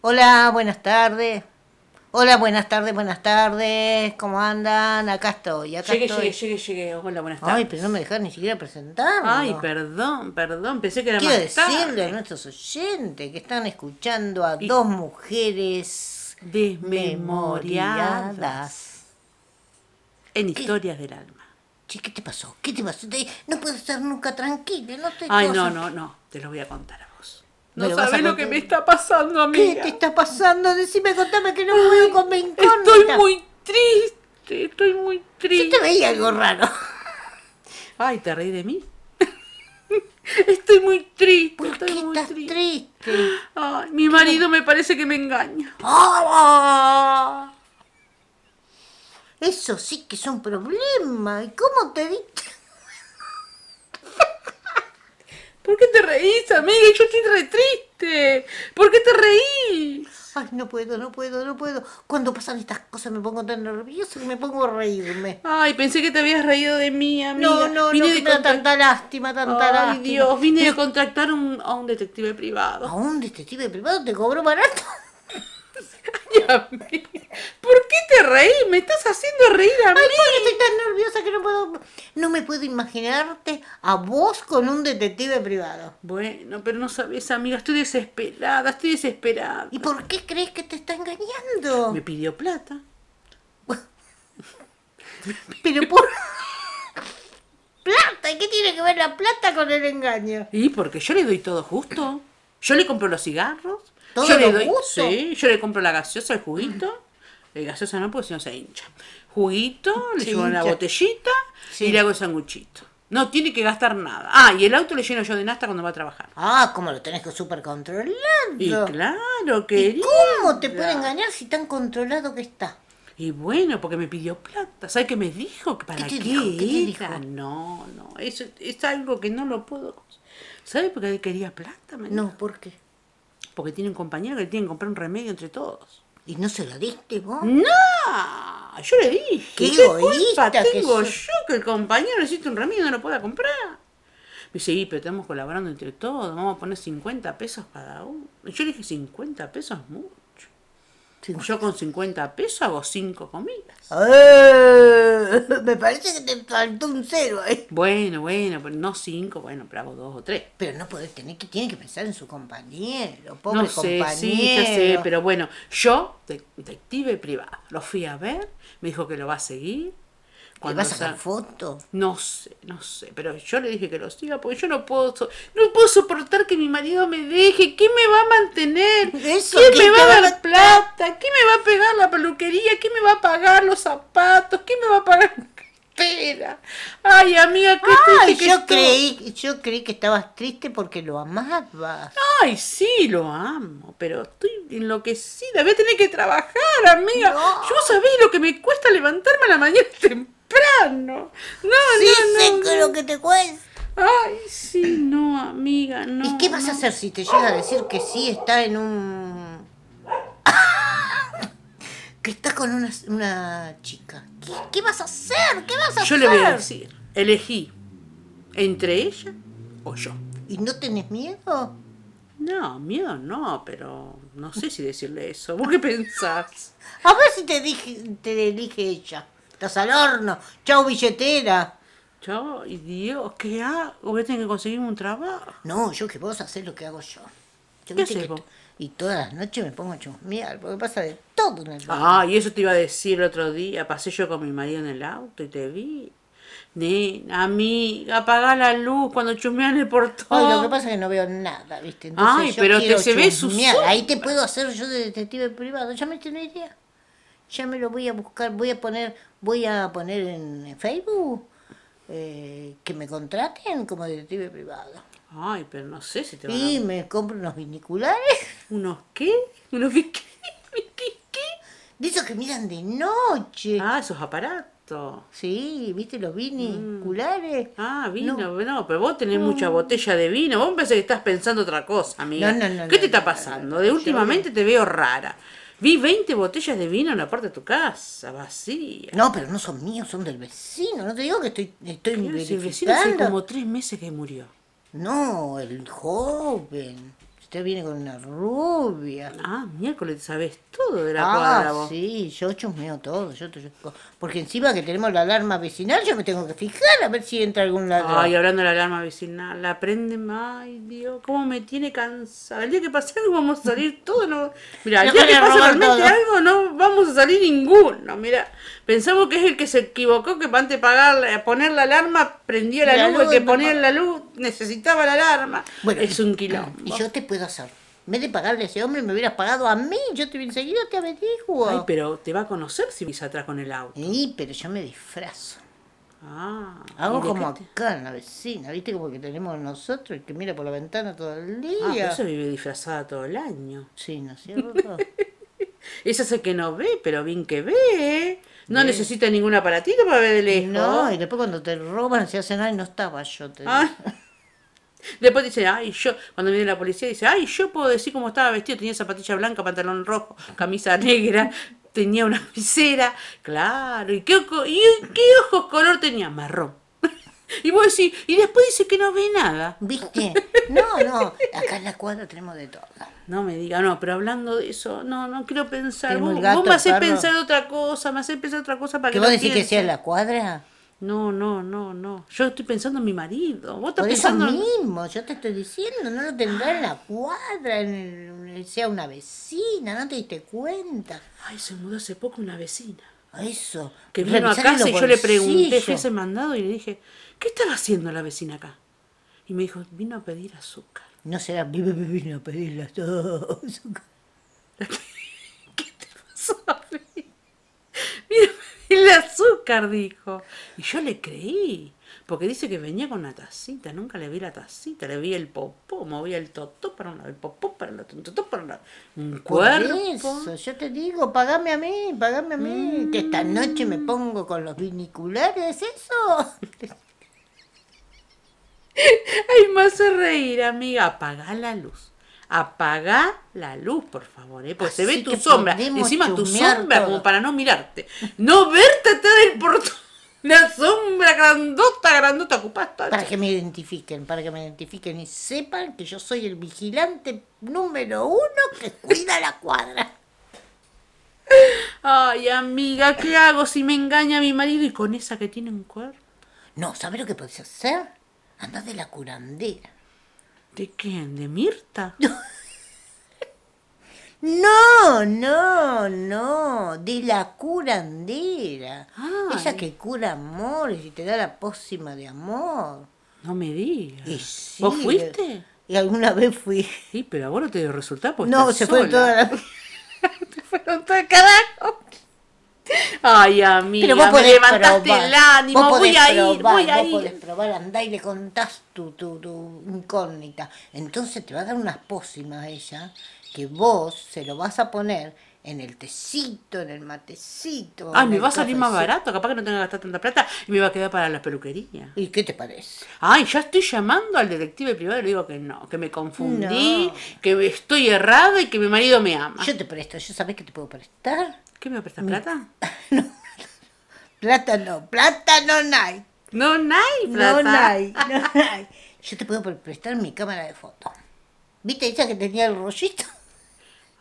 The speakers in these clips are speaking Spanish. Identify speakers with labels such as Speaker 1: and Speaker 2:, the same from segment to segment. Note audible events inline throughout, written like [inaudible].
Speaker 1: Hola, buenas tardes. Hola, buenas tardes, buenas tardes. ¿Cómo andan? Acá estoy, acá
Speaker 2: Llegué,
Speaker 1: estoy.
Speaker 2: llegué, llegué, llegué. Hola, buenas tardes.
Speaker 1: Ay, pero no me dejaron ni siquiera presentarme.
Speaker 2: Ay, perdón, perdón. Pensé que era
Speaker 1: Quiero
Speaker 2: más tarde.
Speaker 1: decirle a nuestros oyentes que están escuchando a dos mujeres
Speaker 2: Desmemoriadas.
Speaker 1: memoriadas.
Speaker 2: En historias del alma.
Speaker 1: Che, ¿qué te pasó? ¿Qué te pasó? Te- No puedes estar nunca tranquila, no te
Speaker 2: Ay,
Speaker 1: puedo
Speaker 2: no,
Speaker 1: hacer-
Speaker 2: no, no. Te lo voy a contar a vos.
Speaker 1: ¿Me
Speaker 2: No
Speaker 1: lo vas a
Speaker 2: sabés lo
Speaker 1: contar?
Speaker 2: que me está pasando,
Speaker 1: ¿Qué
Speaker 2: amiga.
Speaker 1: te está pasando? Decime, contame que no puedo con mi incógnita.
Speaker 2: Estoy muy triste. Estoy muy
Speaker 1: Yo te
Speaker 2: triste.
Speaker 1: veía algo raro.
Speaker 2: Ay, te reí de mí. [laughs] Estoy muy triste.
Speaker 1: ¿Por
Speaker 2: estoy
Speaker 1: qué
Speaker 2: muy
Speaker 1: estás
Speaker 2: triste.
Speaker 1: triste?
Speaker 2: Ay, mi marido me parece que me engaña.
Speaker 1: ¡Ah! Eso sí que es un problema. ¿Y cómo te diste?
Speaker 2: ¿Por qué te reís, amiga? Yo estoy re triste. ¿Por qué te reís?
Speaker 1: Ay, no puedo, no puedo, no puedo. Cuando pasan estas cosas me pongo tan nervioso que me pongo a reírme.
Speaker 2: Ay, pensé que te habías reído de mí, amiga.
Speaker 1: No, no, no,
Speaker 2: Vine
Speaker 1: que
Speaker 2: de
Speaker 1: me da
Speaker 2: contra-
Speaker 1: tanta lástima, tanta
Speaker 2: Ay,
Speaker 1: lástima.
Speaker 2: Dios, vine de contractar un- a un detective privado. [laughs]
Speaker 1: ¿A un detective privado te cobró barato?
Speaker 2: Ay, amiga, ¿Por qué te reís? Me estás haciendo reír a mí.
Speaker 1: Ay, porque estoy tan nerviosa que no puedo... No me puedo imaginarte a vos con un detective privado.
Speaker 2: Bueno, pero no sabes, amiga, estoy desesperada, estoy desesperada.
Speaker 1: ¿Y por qué crees que te está engañando?
Speaker 2: Me pidió plata.
Speaker 1: Pero por... [laughs] ¡Plata! ¿Y qué tiene que ver la plata con el engaño?
Speaker 2: Y porque yo le doy todo justo. Yo le compro los cigarros.
Speaker 1: ¿Todo
Speaker 2: yo le
Speaker 1: lo justo?
Speaker 2: Sí, yo le compro la gaseosa, el juguito. El gaseosa no, porque si no se hincha. Juguito, le
Speaker 1: Se
Speaker 2: llevo una
Speaker 1: hincha.
Speaker 2: botellita
Speaker 1: Sí.
Speaker 2: y le hago el sanguchito. No tiene que gastar nada. Ah, y el auto le lleno yo de nasta cuando va a trabajar.
Speaker 1: Ah, como lo tenés que super controlado.
Speaker 2: Y claro,
Speaker 1: ¿Y
Speaker 2: querido.
Speaker 1: cómo te puede engañar si tan controlado que está?
Speaker 2: Y bueno, porque me pidió plata. ¿Sabes qué me dijo? ¿Que ¿Para
Speaker 1: ¿Qué
Speaker 2: qué?
Speaker 1: te dijo? ¿Qué te
Speaker 2: era?
Speaker 1: dijo?
Speaker 2: No, no. Eso es algo que no lo puedo. ¿Sabes por qué quería plata? Me dijo?
Speaker 1: No, ¿por qué?
Speaker 2: Porque tiene un compañero que le tienen que comprar un remedio entre todos.
Speaker 1: ¿Y no se lo diste vos?
Speaker 2: Mm. ¡No! Yo le dije.
Speaker 1: Qué
Speaker 2: culpa
Speaker 1: egoísta que
Speaker 2: tengo
Speaker 1: sos.
Speaker 2: yo que el compañero necesita un remedio y no lo pueda comprar? Me dice, y, pero estamos colaborando entre todos, vamos a poner 50 pesos cada uno. Y Yo le dije, 50 pesos es mucho. Yo con 50 pesos hago 5 comidas.
Speaker 1: Eh, [laughs] me parece que te faltó un cero ahí.
Speaker 2: Bueno, bueno, pero no 5, bueno, pero hago 2 o 3.
Speaker 1: Pero no podés tener que, tiene que pensar en su compañero, pobre
Speaker 2: No sé,
Speaker 1: compañero.
Speaker 2: sí, ya sé, pero bueno, yo, de- detective privado, lo fui a ver, me dijo que lo va a seguir.
Speaker 1: ¿Le
Speaker 2: Cuando
Speaker 1: vas a sacar
Speaker 2: sa-
Speaker 1: foto?
Speaker 2: No sé, no sé, pero yo le dije que lo siga porque yo no puedo, so- no puedo soportar que mi marido me deje. ¿Quién me va a mantener?
Speaker 1: Eso,
Speaker 2: ¿Quién,
Speaker 1: ¿quién
Speaker 2: me
Speaker 1: te
Speaker 2: va
Speaker 1: va
Speaker 2: a
Speaker 1: a
Speaker 2: dar plata? ¿Quién me va a pegar la peluquería? ¿Quién me va a pagar los zapatos? ¿Quién me va a pagar la cartera? Ay, amiga, qué
Speaker 1: Ay,
Speaker 2: triste que
Speaker 1: yo
Speaker 2: estoy.
Speaker 1: creí, yo creí que estabas triste porque lo amabas.
Speaker 2: Ay, sí, lo amo, pero estoy enloquecida. Voy a tener que trabajar, amiga.
Speaker 1: No.
Speaker 2: Yo sabés lo que me cuesta levantarme a la mañana [laughs] temprano. No,
Speaker 1: sí,
Speaker 2: no,
Speaker 1: sé
Speaker 2: no,
Speaker 1: que
Speaker 2: no.
Speaker 1: lo que te cuesta.
Speaker 2: Ay, sí, no, amiga, no.
Speaker 1: ¿Y qué vas a
Speaker 2: no.
Speaker 1: hacer si te llega a decir que sí está en un... [laughs] que está con una, una chica? ¿Qué, qué vas a hacer? ¿Qué vas a
Speaker 2: Yo
Speaker 1: hacer?
Speaker 2: le voy a decir, elegí entre ella o yo.
Speaker 1: ¿Y no tenés miedo?
Speaker 2: No, miedo no, pero no sé si decirle eso. ¿Vos qué pensás?
Speaker 1: A ver si te, dije, te elige ella. Estás al horno. Chau, billetera.
Speaker 2: Yo, y Dios, ¿qué hago? Voy a tener que conseguirme un trabajo.
Speaker 1: No, yo que vos hacés lo que hago yo. Yo
Speaker 2: ¿Qué
Speaker 1: viste
Speaker 2: hacés
Speaker 1: que-
Speaker 2: vos?
Speaker 1: Y todas las noches me pongo a chusmear, porque pasa de todo en el bar.
Speaker 2: Ah, y eso te iba a decir el otro día. Pasé yo con mi marido en el auto y te vi. Nena, amiga, apagá la luz cuando chusmean el portón.
Speaker 1: Ay, lo que pasa es que no veo nada, ¿viste? Entonces
Speaker 2: Ah. Ay,
Speaker 1: yo
Speaker 2: pero te-
Speaker 1: quiero
Speaker 2: se ve su
Speaker 1: chusmear.
Speaker 2: sombra.
Speaker 1: Ahí te puedo hacer yo de detective privado. Ya me tenés idea. Ya me lo voy a buscar. Voy a poner, voy a poner en Facebook eh, que me contraten como detective privado.
Speaker 2: Ay, pero no sé si te van a...
Speaker 1: Y me compro unos [laughs] viniculares.
Speaker 2: ¿Unos qué? ¿Unos qué? [laughs] ¿Qué? ¿Qué?
Speaker 1: De esos que miran de noche.
Speaker 2: Ah, Mm. esos aparatos.
Speaker 1: Sí, ¿viste los viniculares?
Speaker 2: Ah, vino, no. pero vos tenés mucha botella de vino. Vos me parece que estás pensando otra cosa, amiga.
Speaker 1: No, no, no,
Speaker 2: ¿Qué
Speaker 1: no,
Speaker 2: te está
Speaker 1: no, no, no,
Speaker 2: pasando?
Speaker 1: no,
Speaker 2: de
Speaker 1: yo-
Speaker 2: últimamente te veo rara. Vi 20 botellas de vino en la puerta de tu casa, vacía.
Speaker 1: No, pero no son míos, son del vecino. No te digo que estoy, estoy
Speaker 2: Pero si el vecino hace
Speaker 1: verificando.
Speaker 2: como tres meses que murió.
Speaker 1: No, el joven. Usted viene con una rubia.
Speaker 2: Ah, miércoles, sabes todo de la cuadra
Speaker 1: Ah,
Speaker 2: vos.
Speaker 1: sí, yo chusmeo todo. Yo, te- yo- porque encima que tenemos la alarma vecinal, yo me tengo que fijar a ver si entra algún ladrón.
Speaker 2: Ay, hablando de la alarma vecinal, la prenden, ay Dios, cómo me tiene cansada. El día que pase algo vamos a salir todos, no. Mira, el
Speaker 1: Nos
Speaker 2: día que
Speaker 1: van a
Speaker 2: pase
Speaker 1: robar
Speaker 2: realmente
Speaker 1: todo.
Speaker 2: algo no vamos a salir ninguno. Mira, pensamos que es el que se equivocó, que antes de pagar, eh, poner la alarma, prendió la,
Speaker 1: La
Speaker 2: luz, el
Speaker 1: luz,
Speaker 2: que
Speaker 1: no
Speaker 2: ponía
Speaker 1: pa-
Speaker 2: la luz necesitaba la alarma.
Speaker 1: Bueno,
Speaker 2: es un quilombo.
Speaker 1: Y yo te puedo hacer. En vez de pagarle a ese hombre, me hubieras pagado a mí. Yo te enseguida te averiguo.
Speaker 2: Ay, pero te va a conocer si vas atrás con el auto.
Speaker 1: Sí, pero yo me disfrazo.
Speaker 2: Ah,
Speaker 1: Hago
Speaker 2: ¿y de
Speaker 1: como
Speaker 2: qué te-
Speaker 1: acá en la vecina, ¿viste? Como que tenemos nosotros, el que mira por la ventana todo el
Speaker 2: Ah, pero
Speaker 1: día.
Speaker 2: ella vive disfrazada todo el año.
Speaker 1: Sí,
Speaker 2: [laughs]
Speaker 1: ¿no es cierto?
Speaker 2: Esa es el que no ve, pero bien que ve. ¿eh? No necesita ningún aparatito para ver de lejos.
Speaker 1: no, y después cuando te roban, se hacen, ay, no estaba yo. Te...
Speaker 2: Ay. Después dice, ay, yo, cuando viene la policía, dice, ay, yo puedo decir cómo estaba vestido. Tenía zapatilla blanca, pantalón rojo, camisa negra, [laughs] tenía una visera. Claro, ¿y qué, oco- y qué ojos color tenía? Marrón. [laughs] Y vos decís, y después dice que no ve nada.
Speaker 1: ¿Viste? No, no, acá en la cuadra tenemos de todo.
Speaker 2: No me diga, no, pero hablando de eso, no, no quiero pensar.
Speaker 1: Tenemos
Speaker 2: Vos,
Speaker 1: el gato,
Speaker 2: vos me hacés
Speaker 1: perro.
Speaker 2: pensar otra cosa, me hacés pensar otra cosa para que
Speaker 1: ¿Que vos
Speaker 2: no
Speaker 1: decís que
Speaker 2: piense.
Speaker 1: sea la cuadra?
Speaker 2: No, no, no, no. Yo estoy pensando en mi marido. Vos estás
Speaker 1: Por eso
Speaker 2: pensando.
Speaker 1: mismo, yo te estoy diciendo, no lo tendrá en la cuadra, en el- sea una vecina, no te diste cuenta.
Speaker 2: Ay, se mudó hace poco una vecina.
Speaker 1: A Eso.
Speaker 2: Que vino a
Speaker 1: revisarle
Speaker 2: casa y
Speaker 1: los
Speaker 2: yo le pregunté, fui a
Speaker 1: bolsillos.
Speaker 2: ese mandado y le dije, ¿qué estaba haciendo la vecina acá? Y me dijo, vino a pedir azúcar. [laughs]
Speaker 1: No será, "Vi- vi- vi- vino a pedir las dos. [laughs]
Speaker 2: Sorry. Vino a pedirle azúcar, dijo. Y yo le creí. Porque dice que venía con una tacita, nunca le vi la tacita, le vi el popó, movía el totó para un lado, el popó para el otro, el totó para un lado. Un cuerpo.
Speaker 1: Por eso, yo te digo, pagame a mí, pagame a mí, que esta noche me pongo con los viniculares, eso.
Speaker 2: Ay, me hace reír, amiga. Apagá la luz. Apagá la luz, por favor, ¿eh? porque se
Speaker 1: Así
Speaker 2: ve tu
Speaker 1: que
Speaker 2: sombra.
Speaker 1: podemos
Speaker 2: Encima tu
Speaker 1: chusmear
Speaker 2: sombra,
Speaker 1: todo.
Speaker 2: como para no mirarte. No verte atrás del portón. [laughs] La sombra grandota, grandota, ocupás todo.
Speaker 1: Para que me identifiquen, para que me identifiquen y sepan que yo soy el vigilante número uno que cuida la cuadra.
Speaker 2: Ay, amiga, ¿qué hago si me engaña mi marido y con esa que tiene un cuerpo?
Speaker 1: No, ¿sabes lo que podés hacer? Andá de la curandera.
Speaker 2: ¿De quién? ¿De Mirta?
Speaker 1: No, no, no, de la curandera.
Speaker 2: Ah,
Speaker 1: Esa que cura amores y te da la pócima de amor.
Speaker 2: No me digas.
Speaker 1: Y sí, eh.
Speaker 2: ¿Vos fuiste?
Speaker 1: Y alguna vez fui.
Speaker 2: Sí, pero a vos no te dio resultado porque
Speaker 1: No,
Speaker 2: estás
Speaker 1: se fue
Speaker 2: sola.
Speaker 1: toda la...
Speaker 2: fueron todo el carajo. Ay, amiga,
Speaker 1: Pero vos
Speaker 2: me
Speaker 1: podés
Speaker 2: levantaste
Speaker 1: probar.
Speaker 2: el ánimo,
Speaker 1: Vos
Speaker 2: voy
Speaker 1: podés
Speaker 2: a ir,
Speaker 1: probar,
Speaker 2: voy a
Speaker 1: Vos podés
Speaker 2: ir.
Speaker 1: probar, andá y le contás tu, tu, tu incógnita. Entonces te va a dar unas pócimas a ella que vos se lo vas a poner en el tecito, en el matecito.
Speaker 2: Ay,
Speaker 1: en
Speaker 2: me
Speaker 1: el
Speaker 2: va a salir más
Speaker 1: cafecito.
Speaker 2: barato, capaz que no tenga que gastar tanta plata y me va a quedar para la peluquería.
Speaker 1: ¿Y qué te parece?
Speaker 2: Ay, ya estoy llamando al detective privado y le digo que no, que me confundí,
Speaker 1: No.
Speaker 2: que estoy errada y que mi marido me ama.
Speaker 1: Yo te presto, ¿yo sabés que te puedo prestar?
Speaker 2: ¿Qué me va a prestar plata?
Speaker 1: Plátano, plátano night.
Speaker 2: No, hay
Speaker 1: No
Speaker 2: plata.
Speaker 1: night, no [laughs] night. Yo te puedo pre- prestar mi cámara de foto. ¿Viste esa que tenía el rollito?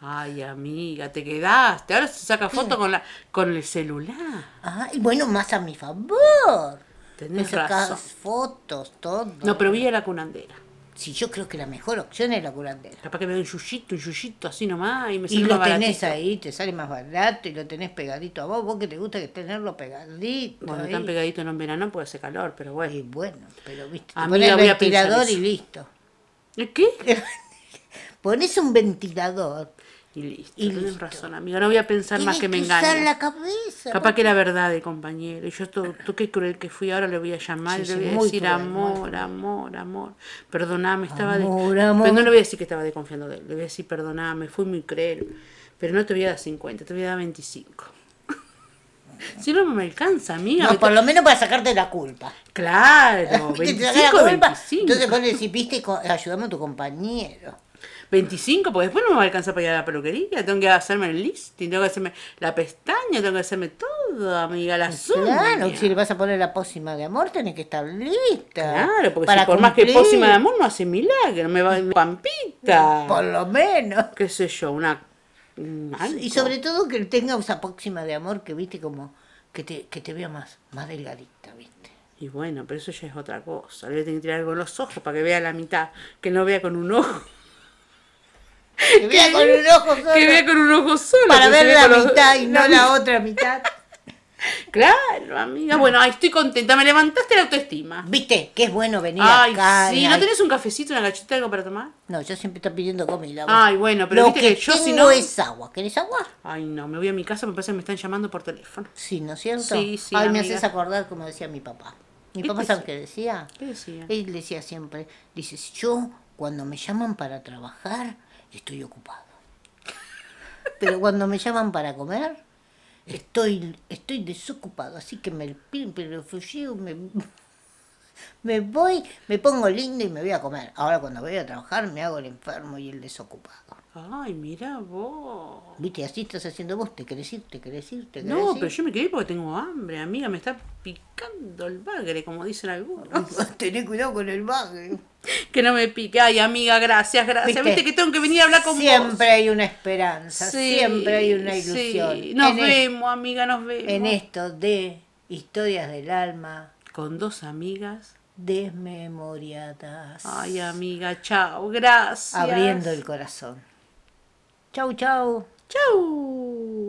Speaker 2: Ay, amiga, te quedaste. Ahora se saca foto con la con el celular.
Speaker 1: Ah, y bueno, más a mi favor. Me
Speaker 2: Tenés
Speaker 1: sacás
Speaker 2: razón.
Speaker 1: fotos, todo.
Speaker 2: No, pero vi a la cunandera.
Speaker 1: Si yo creo que la mejor opción es la curandera.
Speaker 2: Capaz que me da un yuyito, un yuyito así nomás y me
Speaker 1: Y
Speaker 2: sale
Speaker 1: lo
Speaker 2: más
Speaker 1: tenés
Speaker 2: baratito.
Speaker 1: ahí, te sale más barato y lo tenés pegadito a vos, vos que te gusta que tenerlo pegadito.
Speaker 2: Bueno,
Speaker 1: ahí.
Speaker 2: tan pegadito no en verano puede hacer calor, pero bueno.
Speaker 1: Y bueno, pero viste, te
Speaker 2: Amiga,
Speaker 1: pones el
Speaker 2: voy a pensar
Speaker 1: ventilador y
Speaker 2: eso.
Speaker 1: listo.
Speaker 2: ¿Qué?
Speaker 1: Pones un ventilador
Speaker 2: Y listo,
Speaker 1: Y
Speaker 2: tenés
Speaker 1: listo.
Speaker 2: razón, amiga. No voy a pensar más
Speaker 1: Tienes
Speaker 2: que me
Speaker 1: usar
Speaker 2: engañe.
Speaker 1: la cabeza.
Speaker 2: Capaz que era verdad el compañero. Y yo, tú, tú qué cruel que fui, ahora le voy a llamar
Speaker 1: Sí,
Speaker 2: y
Speaker 1: sí,
Speaker 2: le voy a
Speaker 1: muy
Speaker 2: decir
Speaker 1: cruel, muy
Speaker 2: amor, amor, amor. Perdoname, estaba
Speaker 1: Amor,
Speaker 2: de.
Speaker 1: amor.
Speaker 2: Pero no le voy a decir que estaba desconfiando de él. Le voy a decir perdoname, fui muy cruel. Pero no te voy a dar 50, te voy a dar 25.
Speaker 1: [laughs]
Speaker 2: si no me alcanza, amiga.
Speaker 1: No, por lo menos para sacarte la culpa.
Speaker 2: Claro,
Speaker 1: Viste, [laughs] te sacás la
Speaker 2: 25,
Speaker 1: culpa,
Speaker 2: 25.
Speaker 1: Entonces vos le decís, viste, co- ayudamos a tu compañero.
Speaker 2: 25, porque después no me va a alcanzar para ir a la peluquería. Tengo que hacerme el listing, tengo que hacerme la pestaña, tengo que hacerme todo. todo, amiga, la zona.
Speaker 1: Claro, si le vas a poner la pócima de amor, tenés que estar lista.
Speaker 2: Claro, porque
Speaker 1: para
Speaker 2: si por más que
Speaker 1: cumplir.
Speaker 2: pócima de amor no hace milagro, me va pampita.
Speaker 1: Por lo menos.
Speaker 2: qué sé yo, una... un
Speaker 1: Y
Speaker 2: algo.
Speaker 1: sobre todo que tenga esa pócima de amor que viste como que te, que te vea más, más delgadita, viste.
Speaker 2: Y bueno, pero eso ya es otra cosa. Le voy a tener que tirar algo en los ojos para que vea la mitad, que no vea con un ojo.
Speaker 1: Que vea con un ojo solo,
Speaker 2: Que vea con un ojo solo.
Speaker 1: para
Speaker 2: que se
Speaker 1: ver
Speaker 2: vea
Speaker 1: la
Speaker 2: con los-
Speaker 1: mitad y no la otra
Speaker 2: [laughs]
Speaker 1: mitad.
Speaker 2: Claro, amiga. Bueno, ay, estoy contenta. Me levantaste la autoestima.
Speaker 1: Viste, que es bueno venir
Speaker 2: Ay,
Speaker 1: acá.
Speaker 2: sí.
Speaker 1: y
Speaker 2: ¿No
Speaker 1: ay-
Speaker 2: tenés un cafecito, una gachita, algo para tomar?
Speaker 1: No, yo siempre estoy pidiendo comida. vos.
Speaker 2: Ay, bueno, pero
Speaker 1: Lo
Speaker 2: viste que yo
Speaker 1: tengo
Speaker 2: si no-
Speaker 1: es agua. ¿Querés agua?
Speaker 2: Ay, no, me voy a mi casa, me parece que me están llamando por teléfono.
Speaker 1: Sí, ¿no es cierto?
Speaker 2: Sí, sí,
Speaker 1: Ay, me
Speaker 2: amiga.
Speaker 1: haces acordar como decía mi papá. Mi
Speaker 2: ¿Qué
Speaker 1: papá,
Speaker 2: decía?
Speaker 1: ¿sabes qué decía?
Speaker 2: ¿Qué decía?
Speaker 1: Él decía siempre, dices, yo cuando me llaman para trabajar, estoy ocupado. Pero cuando me llaman para comer, estoy, estoy desocupado. Así que me pim, pero fulleo, me, me voy, me pongo lindo y me voy a comer. Ahora cuando voy a trabajar me hago el enfermo y el desocupado.
Speaker 2: Ay, mira vos.
Speaker 1: Viste, así estás haciendo vos, te querés ir, te querés ir, te querés
Speaker 2: No,
Speaker 1: ir. [laughs]
Speaker 2: pero yo me quedé porque tengo hambre, amiga. Me está picando el bagre, como dicen algunos. [laughs]
Speaker 1: Tené cuidado con el bagre.
Speaker 2: Que no me pique. Ay, amiga, gracias, gracias. Viste,
Speaker 1: Viste,
Speaker 2: que tengo que venir a hablar con
Speaker 1: siempre
Speaker 2: vos.
Speaker 1: hay una esperanza,
Speaker 2: Sí,
Speaker 1: siempre hay una
Speaker 2: sí.
Speaker 1: ilusión.
Speaker 2: Nos
Speaker 1: en, es-
Speaker 2: vemos, amiga, nos vemos.
Speaker 1: en esto de historias del alma
Speaker 2: Con dos amigas.
Speaker 1: desmemoriadas,
Speaker 2: Ay, amiga, chao. Gracias.
Speaker 1: abriendo el corazón. Chau, chau.
Speaker 2: Chau.